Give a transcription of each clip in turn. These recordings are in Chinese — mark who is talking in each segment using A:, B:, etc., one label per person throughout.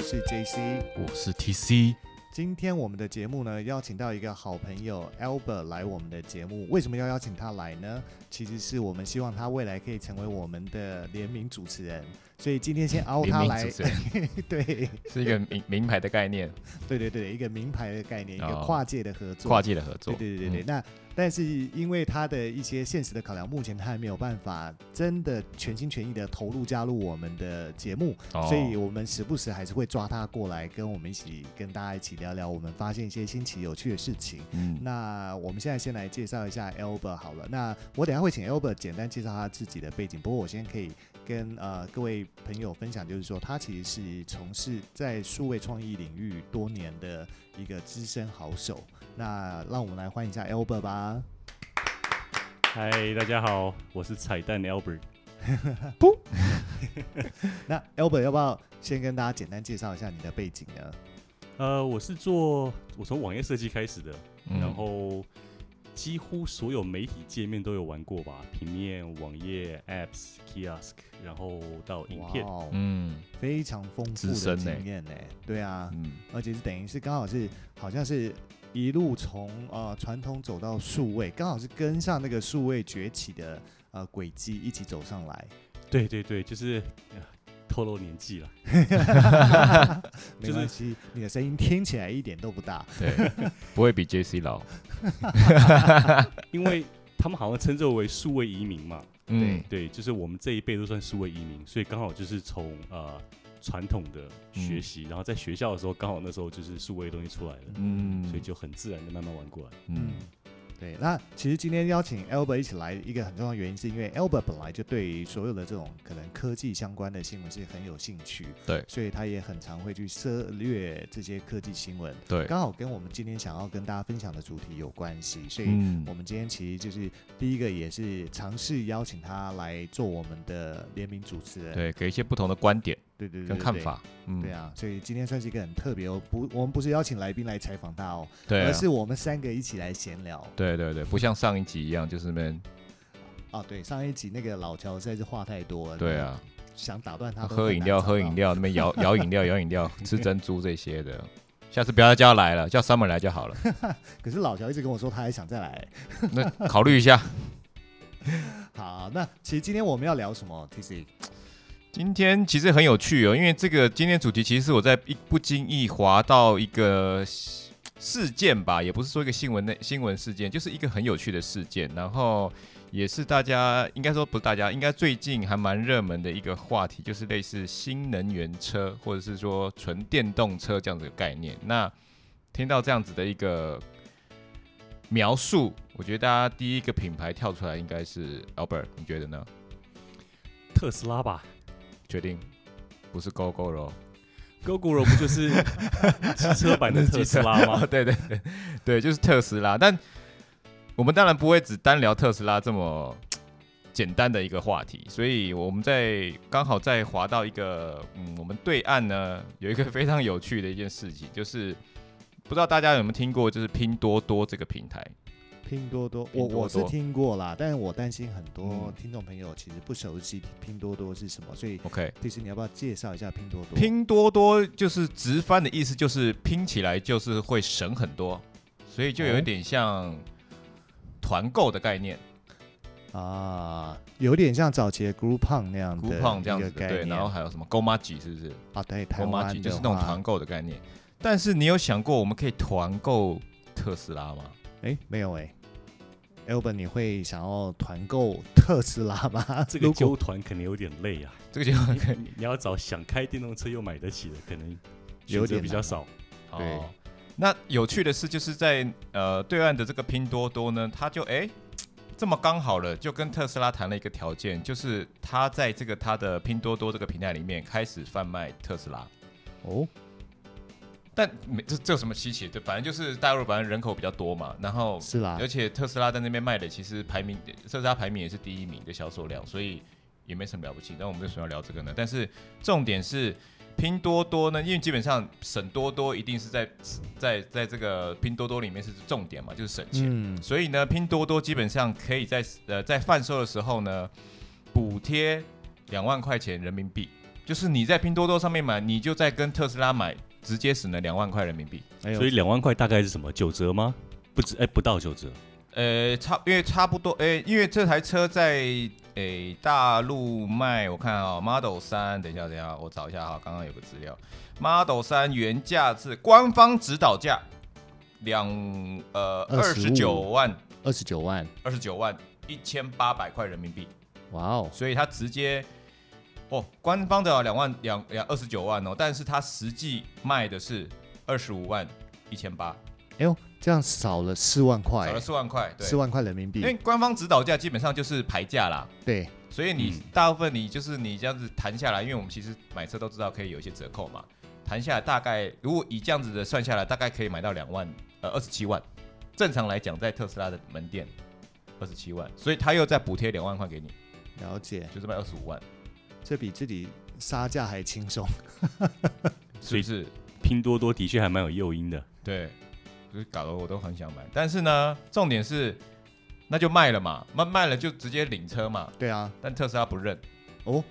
A: 是 JC，
B: 我是 TC，
A: 今天我们的节目呢，邀请到一个好朋友 Albert 来我们的节目。为什么要邀请他来呢？其实是我们希望他未来可以成为我们的联名主持人，所以今天先凹
B: 联
A: 他
B: 名
A: 来
B: 主。持人
A: 对
B: 是一个 名名牌的概念，
A: 对对对，一个名牌的概念，一个
B: 哦
A: 跨界的合作。
B: 跨界的合作。嗯
A: 对对对对，那但是因为他的一些现实的考量，目前他还没有办法真的全心全意的投入加入我们的节目，
C: 哦
B: 嗯
A: 所以我们时不时还是会抓他过来，跟我们一起跟大家一起聊聊我们发现一些新奇有趣的事情。
B: 嗯，
A: 那我们现在先来介绍一下 Albert 好了。那我等一下会请 Albert 简单介绍他自己的背景，不过我先可以跟呃各位朋友分享，就是说他其实是从事在数位创意领域多年的一个资深好手。那让我们来欢迎一下 Albert 吧。
C: 嗨，大家好，我是彩蛋 Albert。
A: 那 Albert 要不要先跟大家简单介绍一下你的背景呢？
C: 呃，我是做我从网页设计开始的，
B: 嗯
C: 然后几乎所有媒体界面都有玩过吧，平面、网页、Apps、Kiosk，然后到影片。
A: 哇哦，
B: 嗯
A: 非常丰富
B: 资
A: 的
B: 深呢
A: 经验呢、对啊，
B: 嗯，
A: 而且是等于是刚好是好像是一路从呃传统走到数位，刚好是跟上那个数位崛起的呃轨迹一起走上来。
C: 对对对，就是、呃透露年纪了。
A: 没关系，你的声音听起来一点都不大。
B: 对， 不会比 JC 老。
C: 因为他们好像称之为数位移民嘛，
B: 嗯
C: 对，就是我们这一辈都算数位移民，所以刚好就是从呃传统的学习，然后在学校的时候，刚好那时候就是数位的东西出来了，
B: 嗯，
C: 所以就很自然的慢慢玩过来。
B: 嗯
A: 对，那其实今天邀请 Albert 一起来，一个很重要的原因是因为 Albert 本来就对于所有的这种可能科技相关的新闻是很有兴趣，
B: 对
A: 所以他也很常会去涉略这些科技新闻，
B: 对，
A: 刚好跟我们今天想要跟大家分享的主题有关系，所以
B: 嗯
A: 我们今天其实就是第一个也是尝试邀请他来做我们的联名主持人，
B: 对，给一些不同的观点
A: 对对对
B: 跟看，法。
A: 对对
B: 嗯
A: 对，啊，所以今天算是一个很特别哦，不，我们不是邀请来宾来采访他哦，
B: 对啊
A: 而是我们三个一起来闲聊
B: 对对对，不像上一集一样，就是那边
A: 啊。对，上一集那个老乔实在是话太多了，
B: 对，啊，
A: 想打断他呃都
B: 喝
A: 很
B: 饮
A: 难
B: 料
A: 找到
B: 喝饮，料，那 边摇摇饮料摇饮料，吃珍珠这些的。下次不要再叫他来了，叫 Summer 来就好了。
A: 可是老乔一直跟我说他还想再来。
B: 那考虑一下，
A: 好，那其实今天我们要聊什么？T C，
B: 今天其实很有趣哦，因为这个今天主题其实是我在一不经意滑到一个事事件吧，也不是说一个新闻内新闻事件，就是一个很有趣的事件，然后也是大家应该说呃不是大家，应该最近还蛮热门的一个话题，就是类似新能源车或者是说纯电动车这样子的概念。那听到这样子的一个描述，我觉得大家第一个品牌跳出来应该是 Albert，你觉得呢？
C: 特斯拉吧
B: 决定不是 GoGo 咯。
C: ，Gogoro 不就是 汽车版的特斯 拉
B: 啊，
C: 吗？
B: 对对对对，就是特斯拉。但我们当然不会只单聊特斯拉这么简单的一个话题，所以我们在刚好在滑到一个嗯，我们对岸呢有一个非常有趣的一件事情，就是不知道大家有没有听过，就是拼多多这个平台。
A: 拼多多，
B: 拼
A: 我
B: 多
A: 我是
B: 多
A: 听过啦，但是我担心很多
B: 嗯
A: 听众朋友其实不熟悉拼多多是什么，所以
B: OK，
A: 其实你要不要介绍一下拼多多？
B: 拼多多就是直翻的意思，就是拼起来就是会省很多，所以就
A: 哦
B: 有一点像团购的概念。
A: 啊，有点像早期的 Groupon 那样的
B: Groupon 这
A: 嗯
B: 样
A: 一
B: 子
A: 个
B: 的，
A: 概
B: 对，
A: 念，
B: 然后还有什么 GoMaji 是不是
A: 啊，对，台湾
B: ？GoMaji
A: 的
B: 就是那种
A: 话
B: 团，购的概念。但是你有想过我们可以团购特斯拉吗？
A: 哎，没有哎、e l b e r 你会想要团购特斯拉 吗？
C: 这个
A: 如果
C: 纠团可能有点累啊，
B: 这个就
C: 你你你要找想开电动车又买得起的，可能
A: 有点
C: 选择比
A: 难啊
C: 较少。
A: 对
B: 哦。那有趣的是，就是在呃对岸的这个拼多多呢，它就哎这么刚好了，就跟特斯拉谈了一个条件，就是它在这个它的拼多多这个平台里面开始贩卖特斯拉。
A: 哦，
B: 但没这这有什么稀奇？对，反正就是大陆反正人口比较多嘛，然后
A: 是啦
B: 而，且特斯拉在那边卖的其实排名，特斯拉排名也是第一名的销售量，所以也没什么了不起。但我们为什么要聊这个呢？但是重点是拼多多呢，因为基本上省多多一定是在在在这个拼多多里面是重点嘛，就是省钱。
A: 嗯，
B: 所以呢，拼多多基本上可以在呃在贩售的时候呢，补贴两万块钱人民币，就是你在拼多多上面买，你就在跟特斯拉买，直接省了两万块人民币。
A: 哎呦
C: 所以两万块大概是什么九折吗？不止，哎、不到九折。
B: 呃，差因为差不多，诶、因为这台车在诶、大陆卖，我看啊、Model 三，等一下，等一下，我找一下哈，刚刚有个资料，Model 三原价是官方指导价两呃二十九
A: 25
B: 万
A: 二十九万，
B: 二十九万一千八百块人民币，
A: 哇哦，
B: 所以它直接哦，官方的两万两两二十九万哦，但是它实际卖的是二十五万一千八，
A: 哎呦，这样少了四万块
B: 少了
A: 欸，
B: 四万块，对
A: 四，万块人民
B: 因为
A: 币，
B: 官方指导价基本上就是牌价啦。
A: 对，
B: 所以你
C: 嗯
B: 大部分你就是你这样子谈下来，因为我们其实买车都知道可以有一些折扣嘛，谈下来大概如果以这样子的算下来，大概可以买到两万呃二十七万，正常来讲在特斯拉的门店二十七万，所以他又再补贴两万块给你，
A: 了解，
B: 就是卖二十五万，
A: 这比自己杀价还轻松。
B: 是不是？
C: 拼多多的确还蛮有诱因的，
B: 对，就是搞得我都很想买，但是呢，重点是那就卖了嘛，卖卖了就直接领车嘛，
A: 对啊，
B: 但特斯拉不认，
A: 哦，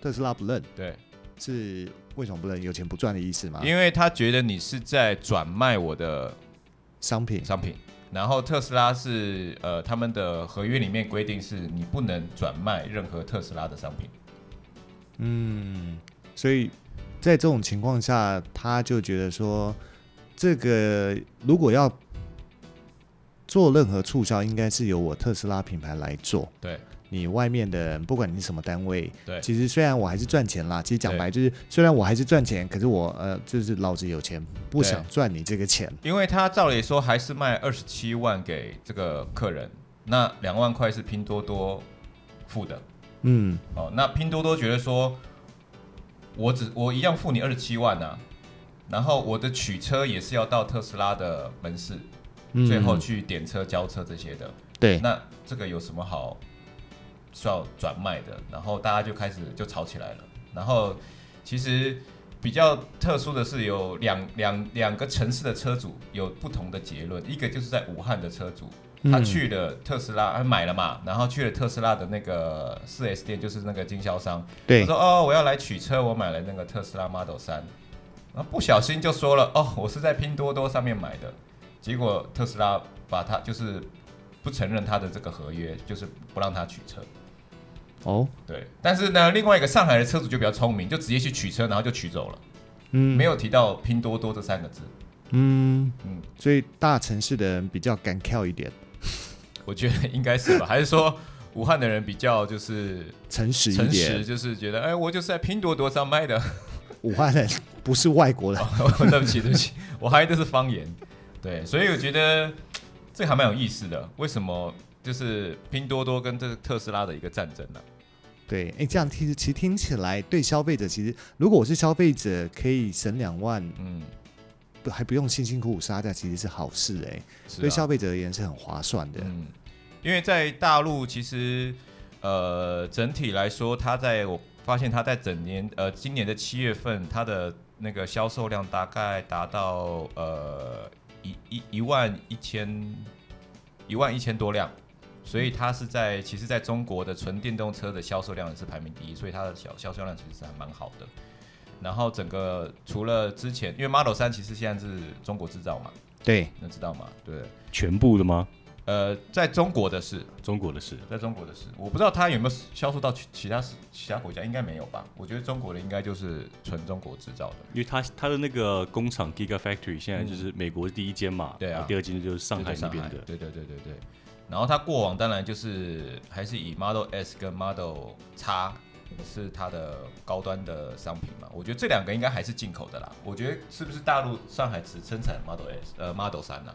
A: 特斯拉不认
B: 对，
A: 是为什么不认？有钱不赚的意思吗？
B: 因为他觉得你是在转卖我的
A: 商品
B: 商品。然后特斯拉是呃，他们的合约里面规定是你不能转卖任何特斯拉的商品。
A: 嗯，所以在这种情况下，他就觉得说，这个如果要做任何促销，应该是由我特斯拉品牌来做。
B: 对
A: 你外面的人，不管你是什么单位，
B: 对
A: 其实虽然我还是赚钱啦，其实讲白就是，虽然我还是赚钱，可是我呃，就是老子有钱，不
B: 对
A: 想赚你这个钱。
B: 因为他照理说还是卖二十七万给这个客人，那两万块是拼多多付的
A: 嗯，
B: 哦。那拼多多觉得说，我只我一样付你二十七万啊，然后我的取车也是要到特斯拉的门市，
A: 嗯
B: 最后去点车、交车这些的。
A: 对，
B: 那这个有什么好需要转卖的？然后大家就开始就吵起来了。然后其实比较特殊的是有两两两个城市的车主有不同的结论，一个就是在武汉的车主，他
A: 嗯
B: 去了特斯拉，他买了嘛，然后去了特斯拉的那个四 S 店，就是那个经销商，他
A: 对
B: 说哦，我要来取车，我买了那个特斯拉 Model 三，然后不小心就说了哦，我是在拼多多上面买的，结果特斯拉把他就是不承认他的这个合约，就是不让他取车。
A: 哦，
B: 对，但是呢，另外一个上海的车主就比较聪明，就直接去取车，然后就取走了，
A: 嗯，
B: 没有提到拼多多这三个字。
A: 嗯
B: 嗯
A: 所以大城市的人比较敢跳一点，
B: 我觉得应该 是吧，还是说武汉的人比较就是
A: 诚实一
B: 诚实，
A: 点。
B: 就是觉得哎，我就是在拼多多上卖的。
A: 武汉人不是外国人，
B: 对不起，对不起，我还以为这是方言。对，所以我觉得这个还蛮有意思的。为什么就是拼多多跟这个特斯拉的一个战争啊呢、
A: 对，哎，这样其实其实听起来对消费者，其实如果我是消费者，可以省两万，
B: 嗯，
A: 不还不用辛辛苦苦杀价，其实是好事哎、
B: 是、啊、
A: 对消费者而言是很划算的。
B: 嗯，因为在大陆其实呃整体来说，它在我发现它在整年呃今年的七月份，它的那个销售量大概达到呃一一一万一千一万一千多辆。所以它是在，其实在中国的纯电动车的销售量也是排名第一，所以它的销销售量其实是还蛮好的。然后整个除了之前，因为 Model 三其实现在是中国制造嘛，
A: 对，
B: 能知道吗？对，
C: 全部的吗？
B: 呃，在中国的是，
C: 中国的是
B: 在中国的是，我不知道它有没有销售到其其他市其他国家，应该没有吧？我觉得中国的应该就是纯中国制造的。
C: 因为它它的那个工厂 Gigafactory 现在
A: 嗯
C: 就是美国第一间嘛，
B: 对啊
C: 然后第二间就是上海
B: 就在
C: 那边的，
B: 对对对对对。然后它过往当然就是还是以 Model S 跟 Model X 是它的高端的商品嘛，我觉得这两个应该还是进口的啦。我觉得是不是大陆上海只生产 Model S 呃 Model 三呢、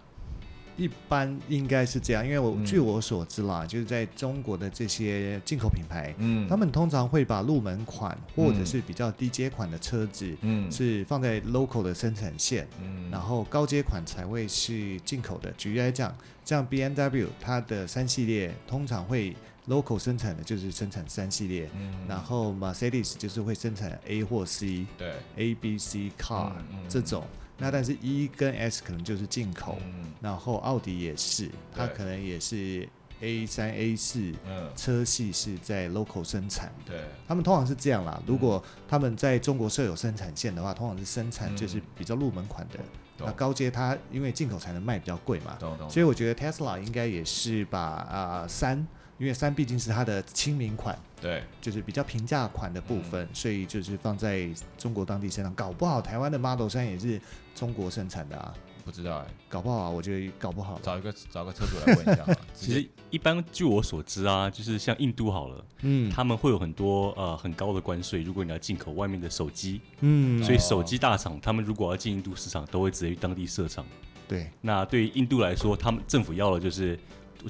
A: 一般应该是这样，因为我、
B: 嗯
A: 据我所知啦，就是在中国的这些进口品牌，
B: 嗯
A: 他们通常会把入门款或者
B: 嗯
A: 是比较低阶款的车子、
B: 嗯
A: 是放在 local 的生产线。
B: 嗯
A: 然后高阶款才会是进口的。举例来讲，像 B M W 它的三系列通常会 local 生产的就是生产三系列，
B: 嗯
A: 然后 Mercedes 就是会生产 A 或 C、
B: 对
A: A B C car、
B: 嗯嗯
A: 这种。那但是 E 跟 S 可能就是进口，
B: 嗯
A: 然后奥迪也是，它
B: 对
A: 可能也是 A 三 A 四
B: 嗯，
A: 车系是在 local 生产的。
B: 对，
A: 他们通常是这样啦，
C: 嗯
A: 如果他们在中国设有生产线的话，通常是生产就是
B: 嗯
A: 比较入门款的。
B: 懂
A: 那高阶它因为进口才能卖比较贵嘛，
B: 懂懂。
A: 所以我觉得 Tesla 应该也是把啊三、因为三毕竟是它的亲民款，
B: 对，
A: 就是比较平价款的部分，
C: 嗯
A: 所以就是放在中国当地生产，搞不好台湾的 Model 三也是中国生产的啊，
B: 不知道哎、
A: 搞不好啊，我觉得搞不好。
B: 找一个找个车主来问一下 吧。直
C: 其
B: 接
C: 实一般据我所知啊，就是像印度好了，
A: 嗯
C: 他们会有很多呃很高的关税，如果你要进口外面的手机，
A: 嗯，
C: 所以手机大厂他们如果要进印度市场，都会直接去当地设厂。
A: 对，
C: 那对于印度来说，他们政府要的就是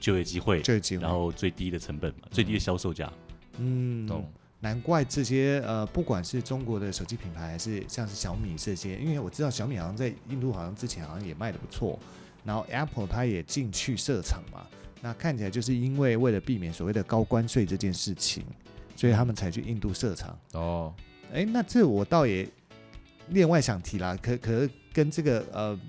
C: 就业机会，
A: 这机会
C: 然，后最低的成本嘛，最低的销售价。
A: 嗯，
B: 懂，
A: 难怪这些呃，不管是中国的手机品牌，还是像是小米这些，因为我知道小米好像在印度好像之前好像也卖的不错，然后 Apple 它也进去设厂嘛，那看起来就是因为为了避免所谓的高关税这件事情，所以他们才去印度设厂。
B: 哦，
A: 哎，那这我倒也另外想提啦，可可是跟这个呃，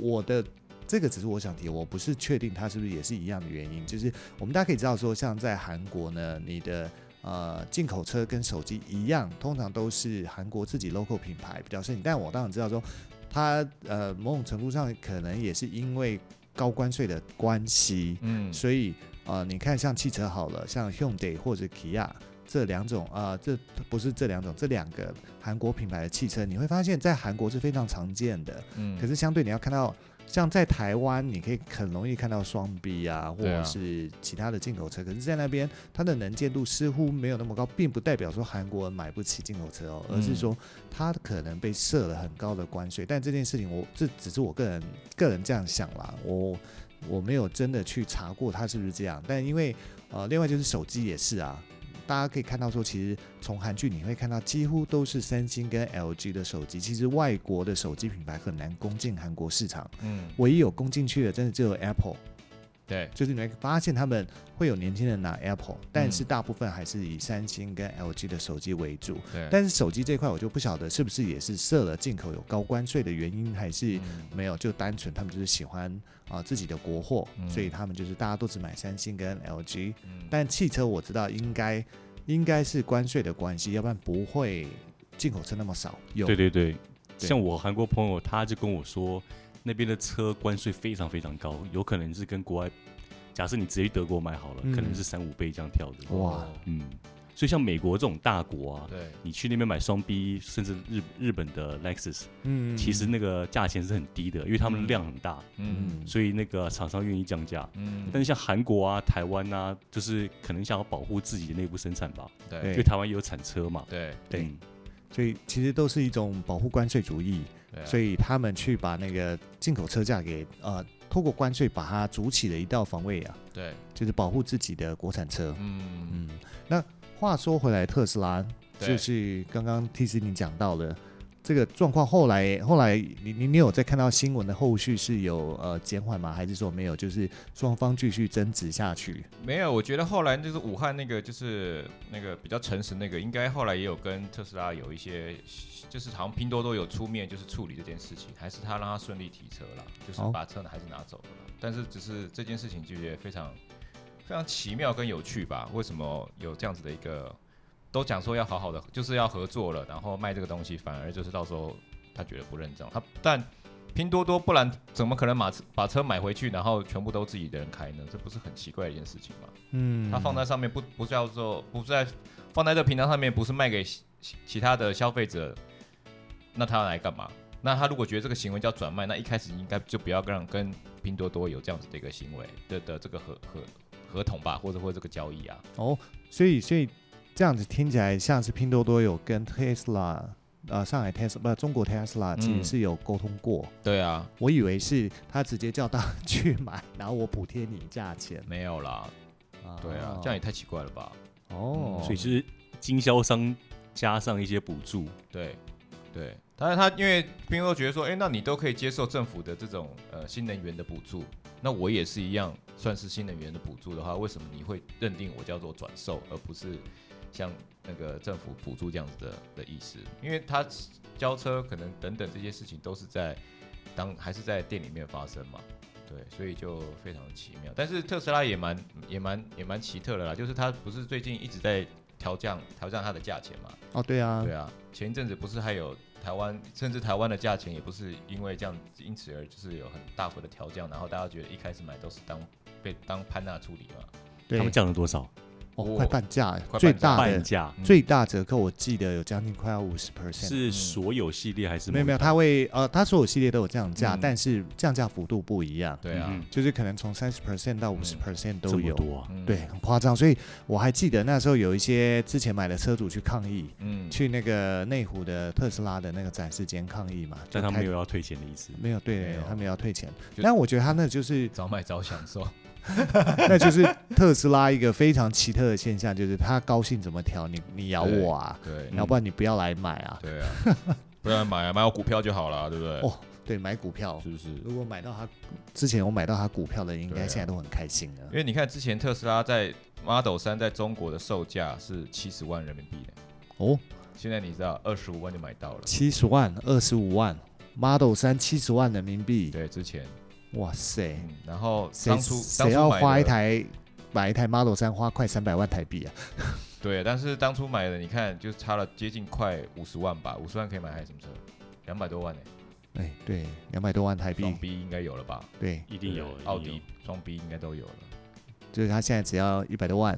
A: 我的这个只是我想提，我不是确定它是不是也是一样的原因。就是我们大家可以知道说，像在韩国呢，你的呃进口车跟手机一样，通常都是韩国自己 local 品牌比较盛行。但我当然知道说，它呃某种程度上可能也是因为高关税的关系，
B: 嗯，
A: 所以呃，你看像汽车好了，像 Hyundai 或者 Kia 这两种啊、呃这不是这两种，这两个韩国品牌的汽车，你会发现在韩国是非常常见的。
B: 嗯，
A: 可是相对你要看到，像在台湾，你可以很容易看到双 B 啊，或
B: 对啊
A: 者是其他的进口车。可是，在那边它的能见度似乎没有那么高，并不代表说韩国人买不起进口车哦，
B: 嗯
A: 而是说它可能被设了很高的关税。但这件事情我，这只是我个人个人这样想啦，我我没有真的去查过它是不是这样。但因为呃，另外就是手机也是啊。大家可以看到说，其实从韩剧你会看到，几乎都是三星跟 LG 的手机。其实外国的手机品牌很难攻进韩国市场，
B: 嗯，
A: 唯一有攻进去的，真的只有 Apple。
B: 对，
A: 就是你会发现他们会有年轻人拿 Apple，但是大部分还是以三星跟 LG 的手机为主。
B: 对，
A: 但是手机这一块，我就不晓得是不是也是设了进口有高关税的原因，还是
B: 嗯
A: 没有，就单纯他们就是喜欢啊、自己的国货，
B: 嗯
A: 所以他们就是大家都只买三星跟 LG。
B: 嗯
A: 但汽车我知道应该应该是关税的关系，要不然不会进口车那么少。有
C: 对对对，
A: 对
C: 像我韩国朋友他就跟我说，那边的车关税非常非常高，有可能是跟国外，假设你直接去德国买好了，
A: 嗯
C: 可能是三五倍这样跳的。
A: 哇
B: 哦
C: 嗯，所以像美国这种大国啊，
B: 对，
C: 你去那边买双 B，甚至日日本的 Lexus，
A: 嗯
C: 其实那个价钱是很低的，因为他们的量很大，
B: 嗯
C: 所以那个厂商愿意降价。
B: 嗯，
C: 但是像韩国啊、台湾啊，就是可能想要保护自己的内部生产吧，因
B: 对
A: 对
C: 为台湾也有产车嘛。
B: 对
A: 对
C: 嗯
A: 所以其实都是一种保护关税主义。
B: 对啊，
A: 所以他们去把那个进口车价给呃，透过关税把它筑起了一道防卫啊，
B: 对，
A: 就是保护自己的国产车。
B: 嗯，
A: 嗯，那话说回来，特斯拉
B: 对
A: 就是刚刚 T C 你讲到的这个状况，后来后来你你你有在看到新闻的后续是有呃减缓吗？还是说没有？就是双方继续争执下去？
B: 没有，我觉得后来就是武汉那个，就是那个比较诚实那个，应该后来也有跟特斯拉有一些，就是好像拼多多有出面就是处理这件事情，还是他让他顺利提车了，就是
A: 哦
B: 把车还是拿走了啦。但是只是这件事情就觉得非常非常奇妙跟有趣吧？为什么有这样子的一个，都讲说要好好的，就是要合作了，然后卖这个东西，反而就是到时候他觉得不认账，他但。拼多多，不然怎么可能把车把车买回去，然后全部都自己的人开呢？这不是很奇怪的一件事情吗？
A: 嗯
B: 它放在上面不不叫做不在放在这平台上面，不是卖给其其他的消费者，那他要来干嘛？那他如果觉得这个行为叫转卖，那一开始应该就不要让跟拼多多有这样子的一个行为的的这个合合合同吧，或者或者这个交易啊，
A: 哦，所以所以这样子听起来像是拼多多有跟 Tesla 呃上海 Tesla 不中国 Tesla 其实
B: 嗯
A: 是有沟通过，
B: 对啊，
A: 我以为是他直接叫他去买，然后我补贴你价钱。
B: 没有啦，对啊，这样也太奇怪了吧？
A: 哦，
B: 嗯
C: 所以就是经销商加上一些补助，
B: 对，对，但是他因为拼多多觉得说，哎、那你都可以接受政府的这种呃新能源的补助，那我也是一样，算是新能源的补助的话，为什么你会认定我叫做转售，而不是像那个政府补助这样子的的意思？因为他交车可能等等这些事情都是在当还是在店里面发生嘛，对，所以就非常奇妙。但是特斯拉也蛮也蛮也蛮奇特的啦，就是它不是最近一直在调降调降它的价钱嘛？
A: 哦，对啊，
B: 对啊，前一阵子不是还有台湾，甚至台湾的价钱也不是因为这样，因此而就是有很大幅的调降，然后大家觉得一开始买都是当被当潘娜处理嘛，
A: 对
C: 他们降了多少？
A: 哦，
B: 哦
A: 快半价欸，
B: 快
A: 最
B: 半价
A: 大
C: 半
A: 的
C: 价
B: 嗯
A: 最大折扣我记得有将近快要五十 percent。
C: 是所有系列还
A: 嗯
C: 是
A: 没有没有，它会呃，它所有系列都有降价，
B: 嗯
A: 但是降价幅度不一样，
B: 对嗯啊，
C: 嗯
A: 就是可能从三十 percent 到五十 percent
C: 这
A: 都
C: 么
A: 有，
C: 多啊？
B: 嗯
A: 对，，很夸张。所以我还记得那时候有一些之前买的车主去抗议，
B: 嗯，
A: 去那个内湖的特斯拉的那个展示间抗议嘛，
C: 但
A: 就
C: 他们
A: 开
C: 没有要退钱的意思。
A: 没有
B: 没
A: 对
B: 有，
A: 他们要退钱。
B: 就
A: 但我觉得他那就是
B: 早买早享受，
A: 那就是特斯拉一个非常奇特的现象，就是他高兴怎么调，你你咬我啊，
B: 对
C: 嗯
A: 要不然你不要来买啊。
B: 对啊，不然买啊买我股票就好了，对不对？
A: 哦对，买股票，
B: 是不是？
A: 如果买到他之前我买到他股票的，应
B: 对
A: 该
B: 啊
A: 现在都很开心了
B: 因。为你看之前特斯拉在 Model 三在中国的售价是七十万人民币的，
A: 哦，
B: 现在你知道二十五万就买到了。
A: 七十万、二十五万，Model 三七十万人民币，
B: 对，之前，
A: 哇塞！
B: 嗯，然后
A: 谁
B: 当初当
A: 谁
B: 初
A: 要
B: 买
A: 花一
B: 的
A: 台买一台 Model 三花快三百万台币啊？
B: 对，但是当初买的，你看就差了接近快五十万吧，五十万可以买台什么车？两百多万呢、
A: 哎，对，两百多万台币
B: 双，B 应该有了吧？
A: 对，
C: 一定有
B: 对不
C: 一
B: 对
C: 定有
B: 奥迪双 B 应该都有了。
A: 就是他现在只要一百多万。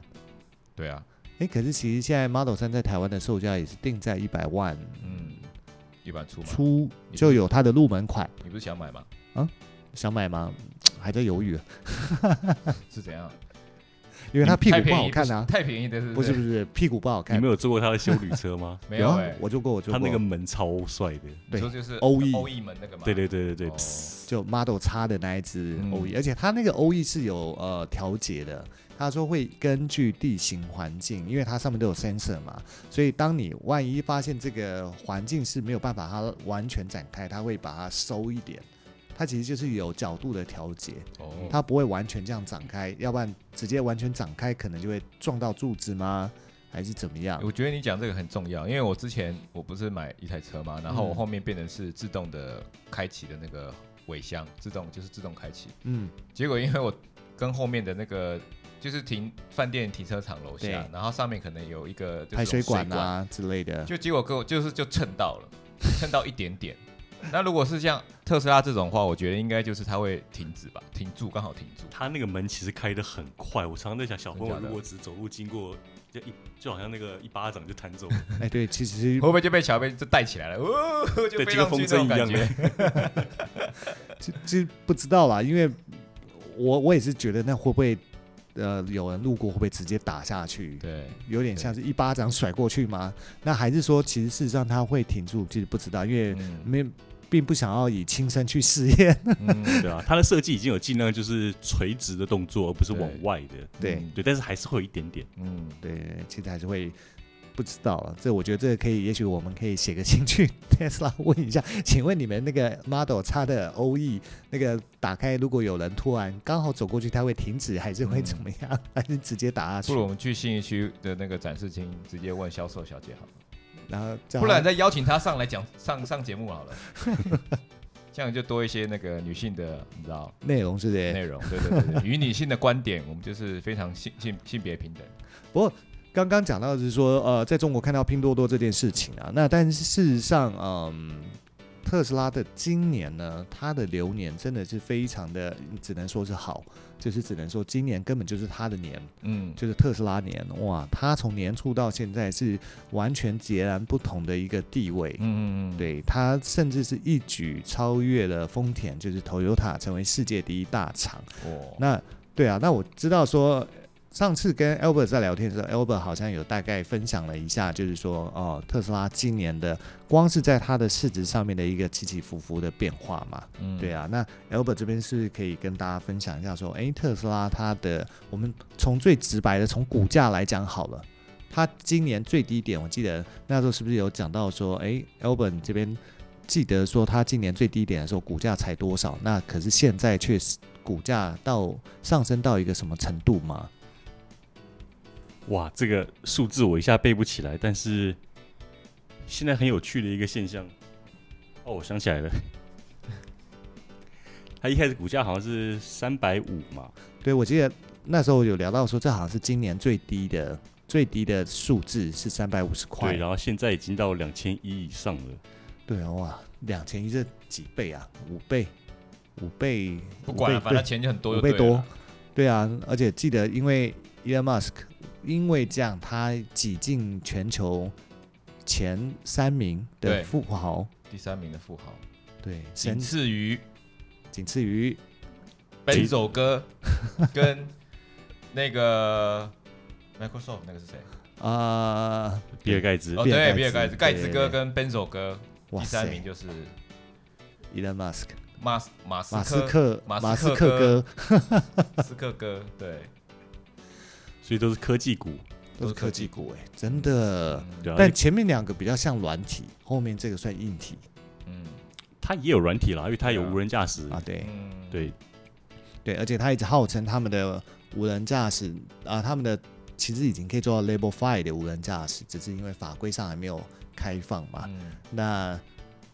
B: 对啊，
A: 哎，可是其实现在 Model 三在台湾的售价也是定在一百万
B: 嗯，一般出嘛，
A: 出就有它的入门款，
B: 你不是想买吗？
A: 想买吗？还在犹豫，啊
B: 是怎样？
A: 因为它屁股
B: 太
A: 不
B: 便宜
A: 好看啊。
B: 太便宜的是
A: 不是
B: 是
A: 不是，屁股不好看。
C: 你们有坐过他的修旅车吗？
B: 没
A: 有
B: 有
A: 啊
B: 哎、
A: 我坐过，我 坐
C: 他
A: 过。
C: 那个门超帅的，
B: 你
A: 对 E
B: 说就是
A: 欧翼
B: 欧翼门那个嘛？
C: 对对对对对
B: 哦，
A: 就 Model 叉的那一只
B: 嗯
A: 欧 E，、而且它那个欧 E 是有呃调节的。他说会根据地形环境，因为它上面都有 sensor 嘛，所以当你万一发现这个环境是没有办法它完全展开，它会把它收一点。它其实就是有角度的调节，
B: 哦，
A: 它不会完全这样展开，要不然直接完全展开可能就会撞到柱子吗？还是怎么样？
B: 我觉得你讲这个很重要，因为我之前我不是买一台车嘛，然后我
A: 嗯
B: 后面变成是自动的开启的那个尾箱，自动就是自动开启。
A: 嗯，
B: 结果因为我跟后面的那个就是停饭店停车场楼下
A: 对，
B: 然后上面可能有一个就是
A: 排水管
B: 管，
A: 啊之类的，
B: 就结果给我就是就蹭到了，蹭到一点点。 那如果是像特斯拉这种话，我觉得应该就是它会停止吧，停住刚好停住。
C: 他那个门其实开的很快，我常常在想，小朋友
B: 真的假的
C: 如果只走路经过，就一就好像那个一巴掌就弹走，
A: 哎，对，其实
B: 会不会就被小贝就带起来了？哦， 就
C: 对
B: 飞
C: 就跟
B: 上去那
C: 风
B: 种
C: 筝一
B: 感
C: 样
B: 觉。
A: 这这不知道啦，因为我我也是觉得那会不会呃有人路过会不会直接打下去？
B: 对，
A: 有点像是一巴掌甩过去吗？那还是说其实事实上他会停住，其实不知道，因为
B: 嗯，
A: 没并不想要以亲身去试验。
B: 嗯
C: 对啊，它的设计已经有尽量就是垂直的动作，而不是往
B: 对
C: 外的，
A: 对
B: 嗯
C: 对，但是还是会有一点点。
B: 嗯，
A: 对，其实还是会不知道了。这我觉得这个可以，也许我们可以写个信去 Tesla 问一下，请问你们那个 Model 叉的 OE 那个打开，如果有人突然刚好走过去，它会停止，还是会怎么样？ 还是直接打下去
B: 不如？我们去信义区的那个展示厅直接问销售小姐好了，
A: 然后叫
B: 不
A: 他
B: 然再邀请她上来讲上上节目 好了，这样就多一些那个女性的你知道
A: 内容是不是？
B: 内容，对对对对，与女性的观点，我们就是非常性性性别平等，
A: 刚刚讲到的是说，呃，在中国看到拼多多这件事情啊，那但是事实上，嗯，特斯拉的今年呢，它的流年真的是非常的，只能说是好，就是只能说今年根本就是它的年，
B: 嗯，
A: 就是特斯拉年，哇，它从年初到现在是完全截然不同的一个地位。
B: 嗯嗯嗯，
A: 对它甚至是一举超越了丰田，就是 Toyota 成为世界第一大厂。
B: 哦，
A: 那对啊，那我知道说，上次跟 Albert 在聊天的时候，Albert 好像有大概分享了一下，就是说，哦，特斯拉今年的光是在它的市值上面的一个起起伏伏的变化嘛。
B: 嗯
A: 对，啊，那 Albert 这边是可以跟大家分享一下，说，诶，特斯拉它的，我们从最直白的，从股价来讲好了，它今年最低点，我记得那时候是不是有讲到说，诶 a l b e r t 你这边记得说它今年最低点的时候股价才多少？那可是现在却是股价到上升到一个什么程度吗？
C: 哇，这个数字我一下背不起来，但是现 在很有趣的一个现象。哦，我想起来了，它一开始股价好像是三百五嘛，
A: 对，我记得那时候有聊到说，这好像是今年最低的最低的数字是三百五十块
C: 对，。然后现在已经到两千一以上了。
A: 对，哇，两千一这几倍啊？五倍，五倍，
B: 不管了，啊
A: 五倍
B: 反正钱就很多
A: 五
B: 就
A: 倍
B: 对
A: 多
B: 了。。
A: 对啊，而且记得，因为 Elon Musk 因为这样，他挤进全球前三名的
B: 对
A: 富豪，
B: 第三名的富豪，
A: 对，
B: 仅
A: 仅
B: 次于
A: 仅次于
B: 奔走哥跟那个 Microsoft 那个是谁？
A: 啊、
C: 比尔盖茨
B: 哦，
A: 比尔盖
B: 对，
A: 茨
B: 比尔盖茨，
A: 对
B: 盖茨
A: 对
B: 哥
A: 对
B: 跟奔走哥，
A: 哇
B: 第
A: 塞
B: 三名就是
A: ，Elon Musk，
B: 马斯马斯
A: 马斯
B: 克
A: 克，
B: 马斯
A: 马斯
B: 克
A: 克
B: 哥
A: 哥，
B: 斯克哥，对，
C: 所以都是科技股。
A: 都是科技股哎、嗯真的。
B: 嗯
C: 对啊，
A: 但前面两个比较像软体，后面这个算硬体
B: 嗯
C: 它也有软体啦，因为它有
B: 对啊
C: 无人驾驶。
A: 啊，对
B: 嗯，
C: 对，
A: 对，而且他一直号称他们的无人驾驶啊，他们的其实已经可以做到 Level Five 的无人驾驶，只是因为法规上还没有开放嘛。
B: 嗯
A: 那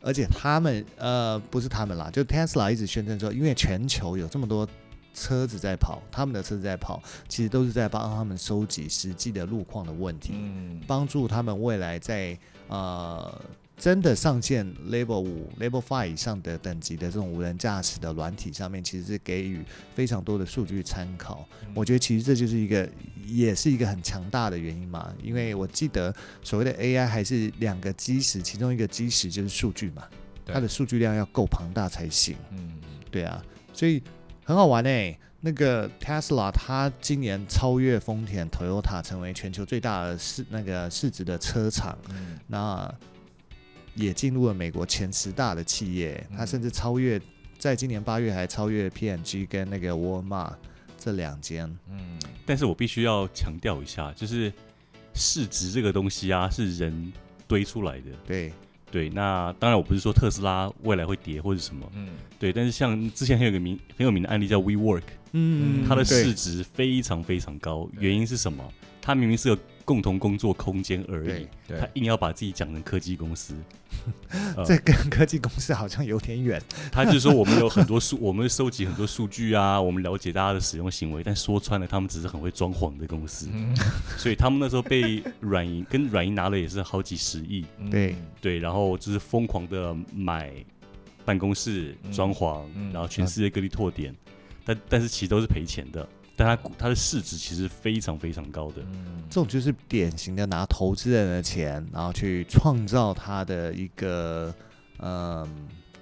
A: 而且他们呃不是他们啦，就 Tesla 一直宣称说，因为全球有这么多车子在跑，他们的车子在跑，其实都是在帮他们收集实际的路况的问题。
B: 嗯，
A: 帮助他们未来在呃真的上线 Level 五、Level Five 以上的等级的这种无人驾驶的软体上面，其实是给予非常多的数据参考。
B: 嗯
A: 我觉得其实这就是一个，也是一个很强大的原因嘛。因为我记得所谓的 AI 还是两个基石，其中一个基石就是数据嘛，
B: 对
A: 它的数据量要够庞大才行。
B: 嗯
A: 对啊，所以很好玩哎、那个 Tesla 它今年超越丰田、Toyota 成为全球最大的市那个市值的车厂，
B: 嗯
A: 那也进入了美国前十大的企业，它
B: 嗯
A: 甚至超越，在今年八月还超越 P&G 跟那个沃尔玛这两间。
B: 嗯，
C: 但是我必须要强调一下，就是市值这个东西啊，是人堆出来的。
A: 对，
C: 对，那当然我不是说特斯拉未来会跌或者什么，
B: 嗯
C: 对，但是像之前很有个名很有名的案例叫 WeWork，
A: 嗯
C: 它的
A: 对
C: 市值非常非常高，
B: 对
C: 原因是什么？它明明是个共同工作空间而已
A: 对，
B: 对嗯
C: 它硬要把自己讲成科技公司。呃
A: 这跟科技公司好像有点远。
C: 他就说我们有很多数， 我们会收集很多数据啊，我们了解大家的使用行为，但说穿了，他们只是很会装潢的公司，
B: 嗯
C: 所以他们那时候被软银 跟软银拿了也是好几十亿，
B: 嗯
A: 对
C: 对，然后就是疯狂的买办公室
B: 嗯
C: 装潢，
B: 嗯
C: 然后全世界各地拓点，但但是其实都是赔钱的，但它股它的市值其实非常非常高的，
B: 嗯
A: 这种就是典型的拿投资人的钱，然后去创造他的一个，嗯，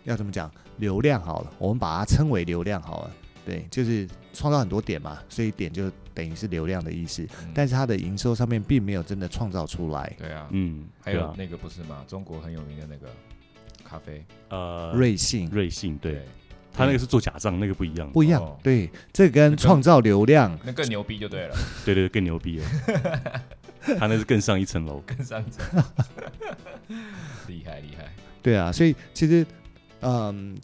A: 要怎么讲，流量好了，我们把它称为流量好了，对，就是创造很多点嘛，所以点就等于是流量的意思，
B: 嗯
A: 但是它的营收上面并没有真的创造出来。
B: 对啊，
C: 嗯，
B: 还
C: 对
B: 有
C: 啊
B: 那个不是吗？中国很有名的那个咖啡，
C: 呃
A: 瑞幸
C: 瑞信，对，他那个是做假账，那个不一样，
A: 不一样，
B: 哦
A: 对，嗯这跟
B: 跟
A: 创造流量，
B: 那更牛逼就对了，
C: 对对对，更牛逼了，他那是更上一层楼。
B: 更上 层，厉害厉害，
A: 对啊，所以其实，嗯，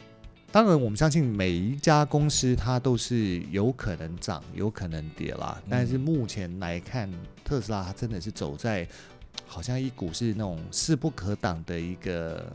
A: 当然我们相信每一家公司它都是有可能涨，有可能跌啦。但是
B: 嗯
A: 目前来看，特斯拉它真的是走在好像一股是那种势不可挡的一个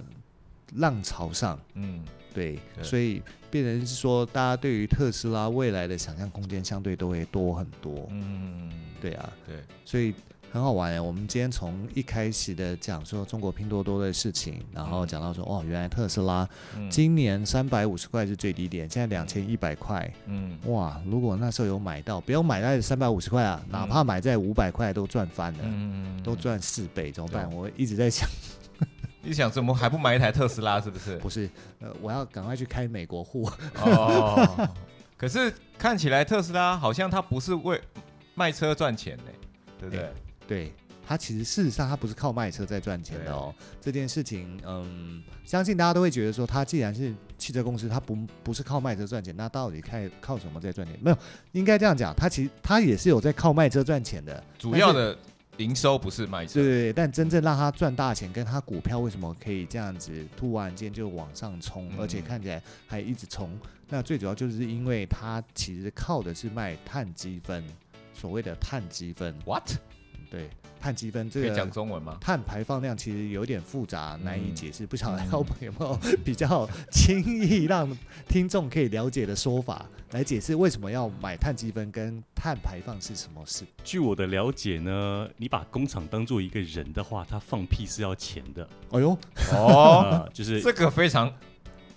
A: 浪潮上，
B: 嗯
A: 对，
B: 对
A: 所以变成是说，大家对于特斯拉未来的想象空间相对都会多很多，
B: 嗯，
A: 对啊，
B: 对，
A: 所以很好玩耶。欸我们今天从一开始的讲说中国拼多多的事情，然后
B: 嗯
A: 讲到说哦，原来特斯拉
B: 嗯
A: 今年三百五十块是最低点，现在两千一百块，
B: 嗯
A: 哇！如果那时候有买到，不要买在三百五十块啊，哪怕买在五百块都赚翻了，
B: 嗯
A: 都。赚四倍，怎么办？
B: 对
A: 我一直在想，
B: 你想怎么还不买一台特斯拉？是不是？
A: 不是，呃，我要赶快去开美国户，
B: 哦，可是看起来特斯拉好像它不是为卖车赚钱呢，对不
A: 哎
B: 对？
A: 对。它其实事实上，它不是靠卖车在赚钱的哦。这件事情，嗯，相信大家都会觉得说，它既然是汽车公司，它不不是靠卖车赚钱，那到底靠靠什么在赚钱？没有，应该这样讲，它其实它也是有在靠卖车赚钱的，
B: 主要的营收不是卖车
A: 对，对对，但真正让他赚大钱，跟他股票为什么可以这样子突然间就往上冲，
B: 嗯
A: 而且看起来还一直冲，那最主要就是因为他其实靠的是卖碳积分，所谓的碳积分，
B: What？
A: 对，碳积分这
B: 可以讲
A: 个
B: 中文吗？
A: 碳排放量其实有点复杂，难以
B: 嗯
A: 解释，不晓得
B: 嗯
A: L 本有没有比较轻易让听众可以了解的说法来解释为什么要买碳积分跟碳排放是什么事？
C: 据我的了解呢，你把工厂当做一个人的话，他放屁是要钱的。
A: 哎呦，
B: 哦，
C: 呃，就是
B: 这个非常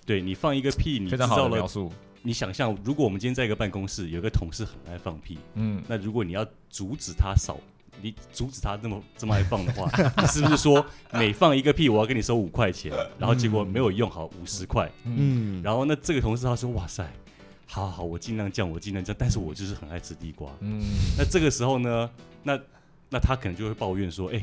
C: 对你放一个屁，你
B: 非
C: 制
B: 常好
C: 造
B: 的描
C: 了。
B: 述。
C: 你想象，如果我们今天在一个办公室，有一个同事很爱放屁，
B: 嗯，
C: 那如果你要阻止他少，你阻止他这么这么爱放的话， 你是不是说每放一个屁，我要跟你收五块钱，然后结果没有用好五十块，
A: 嗯，
C: 然后那这个同事他说，哇塞，好好好，我尽量降，我尽量降，但是我就是很爱吃地瓜。
B: 嗯，
C: 那这个时候呢，那那他可能就会抱怨说，哎、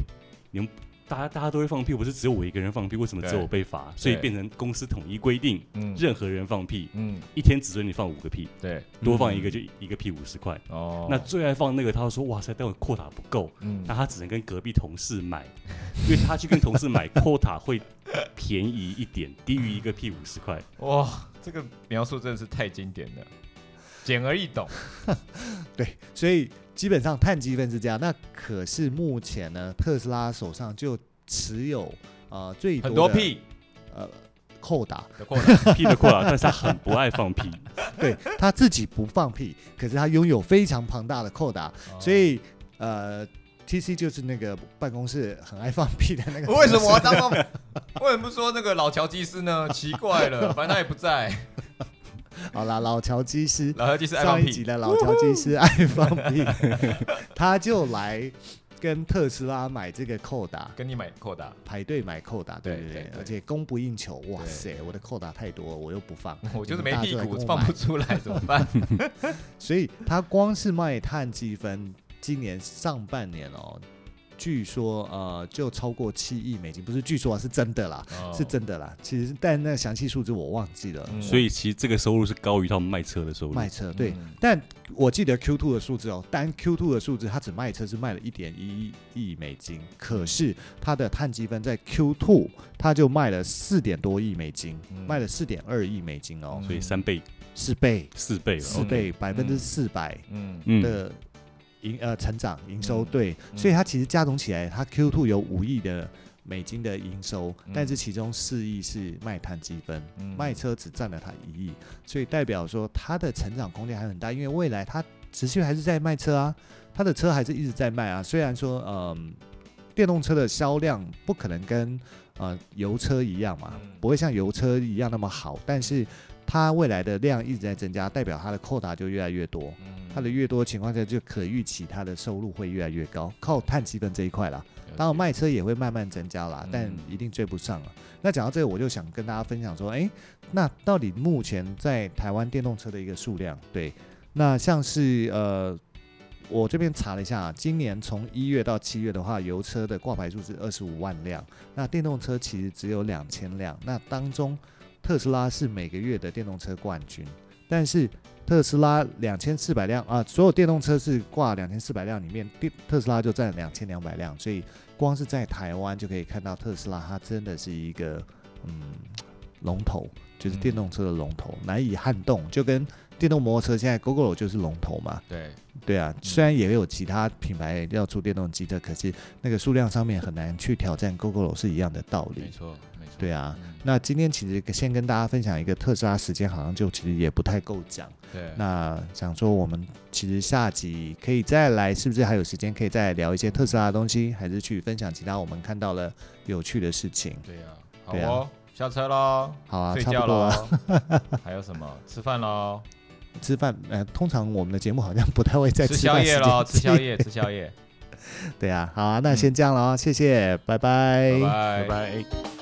C: 你们大家大家都会放屁，不是只有我一个人放屁，为什么只有我被罚？所以变成公司统一规定，
B: 嗯
C: 任何人放屁，
B: 嗯，
C: 一天只准你放五个屁，
B: 对，
C: 多放一个就一个屁五十块。
B: 嗯哦，
C: 那最爱放那个，他会说哇塞，但我扩塔不够，
B: 嗯
C: 那他只能跟隔壁同事买，因为他去跟同事买 quota 会便宜一点，低于一个屁五十 块。
B: 哇，这个描述真的是太经典了，简而易懂。
A: 对，所以基本上碳积分是这样。那可是目前呢，特斯拉手上就持有呃最
B: 很多
A: 的
B: 屁
A: 呃扣打，
B: 的扩展，
C: 屁的扩塔，但是他很不爱放屁。
A: 对他自己不放屁，可是他拥有非常庞大的扣打， 所以呃。T C 就是那个办公室很爱放屁的那个，
B: 哦为什么我要当放？为什么不说那个老乔技师呢？奇怪了， 反正他也不在。
A: 好啦，老乔技师，
B: 老乔技师爱
A: 上
B: 放
A: 一集
B: 屁，
A: 的老乔技师爱放屁， 他就来跟特斯拉买这个扣打，
B: 跟你买扩大，
A: 排队买扣打，对
B: 对
A: 对
B: 对对
A: 而且供不应求，哇
B: 对
A: 塞，我的扣打太多，我又不放，
B: 我就是
A: 你
B: 没
A: 嗯们大家
B: 屁
A: 都来
B: 股
A: 跟我
B: 放
A: 买
B: 不出来，怎么 办？
A: 所以他光是卖碳积分，今年上半年哦，据说呃就超过七亿美金，不是据说啊，是真的啦，是真的啦。其实但那详细数字我忘记了，
B: 哦嗯，
C: 所以其实这个收入是高于他们卖车的收入。
A: 卖车对。
B: 嗯
A: 但我记得 Q2 的数字哦，单 Q2 的数字，它只卖车是卖了一点一亿美金，可是它的碳积分在 Q2 它就卖了四点多亿美金，
B: 嗯
A: 卖了四点二亿美金哦，
C: 所以三倍、
A: 四倍，
C: 四倍了。
A: 四
C: OK
A: 倍，百分之
B: 嗯
A: 四百
B: 嗯
C: 嗯，
A: 的营呃成长营收，
B: 嗯
A: 对，
B: 嗯
A: 所以它其实加总起来，它 Q2 有五亿的美金的营收，但是其中四亿是卖碳积分，
B: 嗯
A: 卖车只占了它一亿，所以代表说它的成长空间还很大，因为未来它持续还是在卖车啊，它的车还是一直在卖啊，虽然说嗯。电动车的销量不可能跟呃油车一样嘛
B: 嗯，
A: 不会像油车一样那么好，但是它未来的量一直在增加，代表它的扣打就越来越多。
B: 嗯
A: 它的越多情况下，就可预期它的收入会越来越高，靠碳积分这一块啦。当然，卖车也会慢慢增加啦，但
B: 嗯
A: 一定追不上了。那讲到这个，我就想跟大家分享说，诶，那到底目前在台湾电动车的一个数量，对，那像是呃，我这边查了一下、啊，今年从一月到七月的话，油车的挂牌数是二十五万辆，那电动车其实只有两千辆，那当中特斯拉是每个月的电动车冠军，但是特斯拉两千四百辆啊，所有电动车是挂两千四百辆里面，电特斯拉就占两千两百辆，所以光是在台湾就可以看到特斯拉它真的是一个嗯龙头，就是电动车的龙头，
B: 嗯
A: 难以撼动，就跟电动摩托车现在 GoGo 就是龙头嘛，
B: 对，
A: 对啊，
B: 嗯
A: 虽然也有其他品牌要出电动机车，可是那个数量上面很难去挑战 GoGo 是一样的道理
B: 没。错，没错，
A: 对啊，
B: 嗯
A: 那今天其实先跟大家分享一个特斯拉，时间好像就其实也不太够讲。
B: 对，
A: 那想说我们其实下集可以再来，是不是还有时间可以再聊一些特斯拉的东西，还是去分享其他我们看到了有趣的事情？
B: 对啊，好
A: 对啊
B: 哦，下车喽，
A: 好啊，
B: 睡
A: 差不
B: 觉
A: 多啊了。
B: 喽，还有什么？吃饭喽，
A: 吃饭，呃，通常我们的节目好像不太会 在
B: 吃
A: 饭
B: 宵夜
A: 时间
B: 喽，吃宵
A: 进。
B: 夜，吃宵夜，
A: 对啊，好啊，那先这样了啊，谢谢，拜拜
B: 拜拜
C: 拜。拜。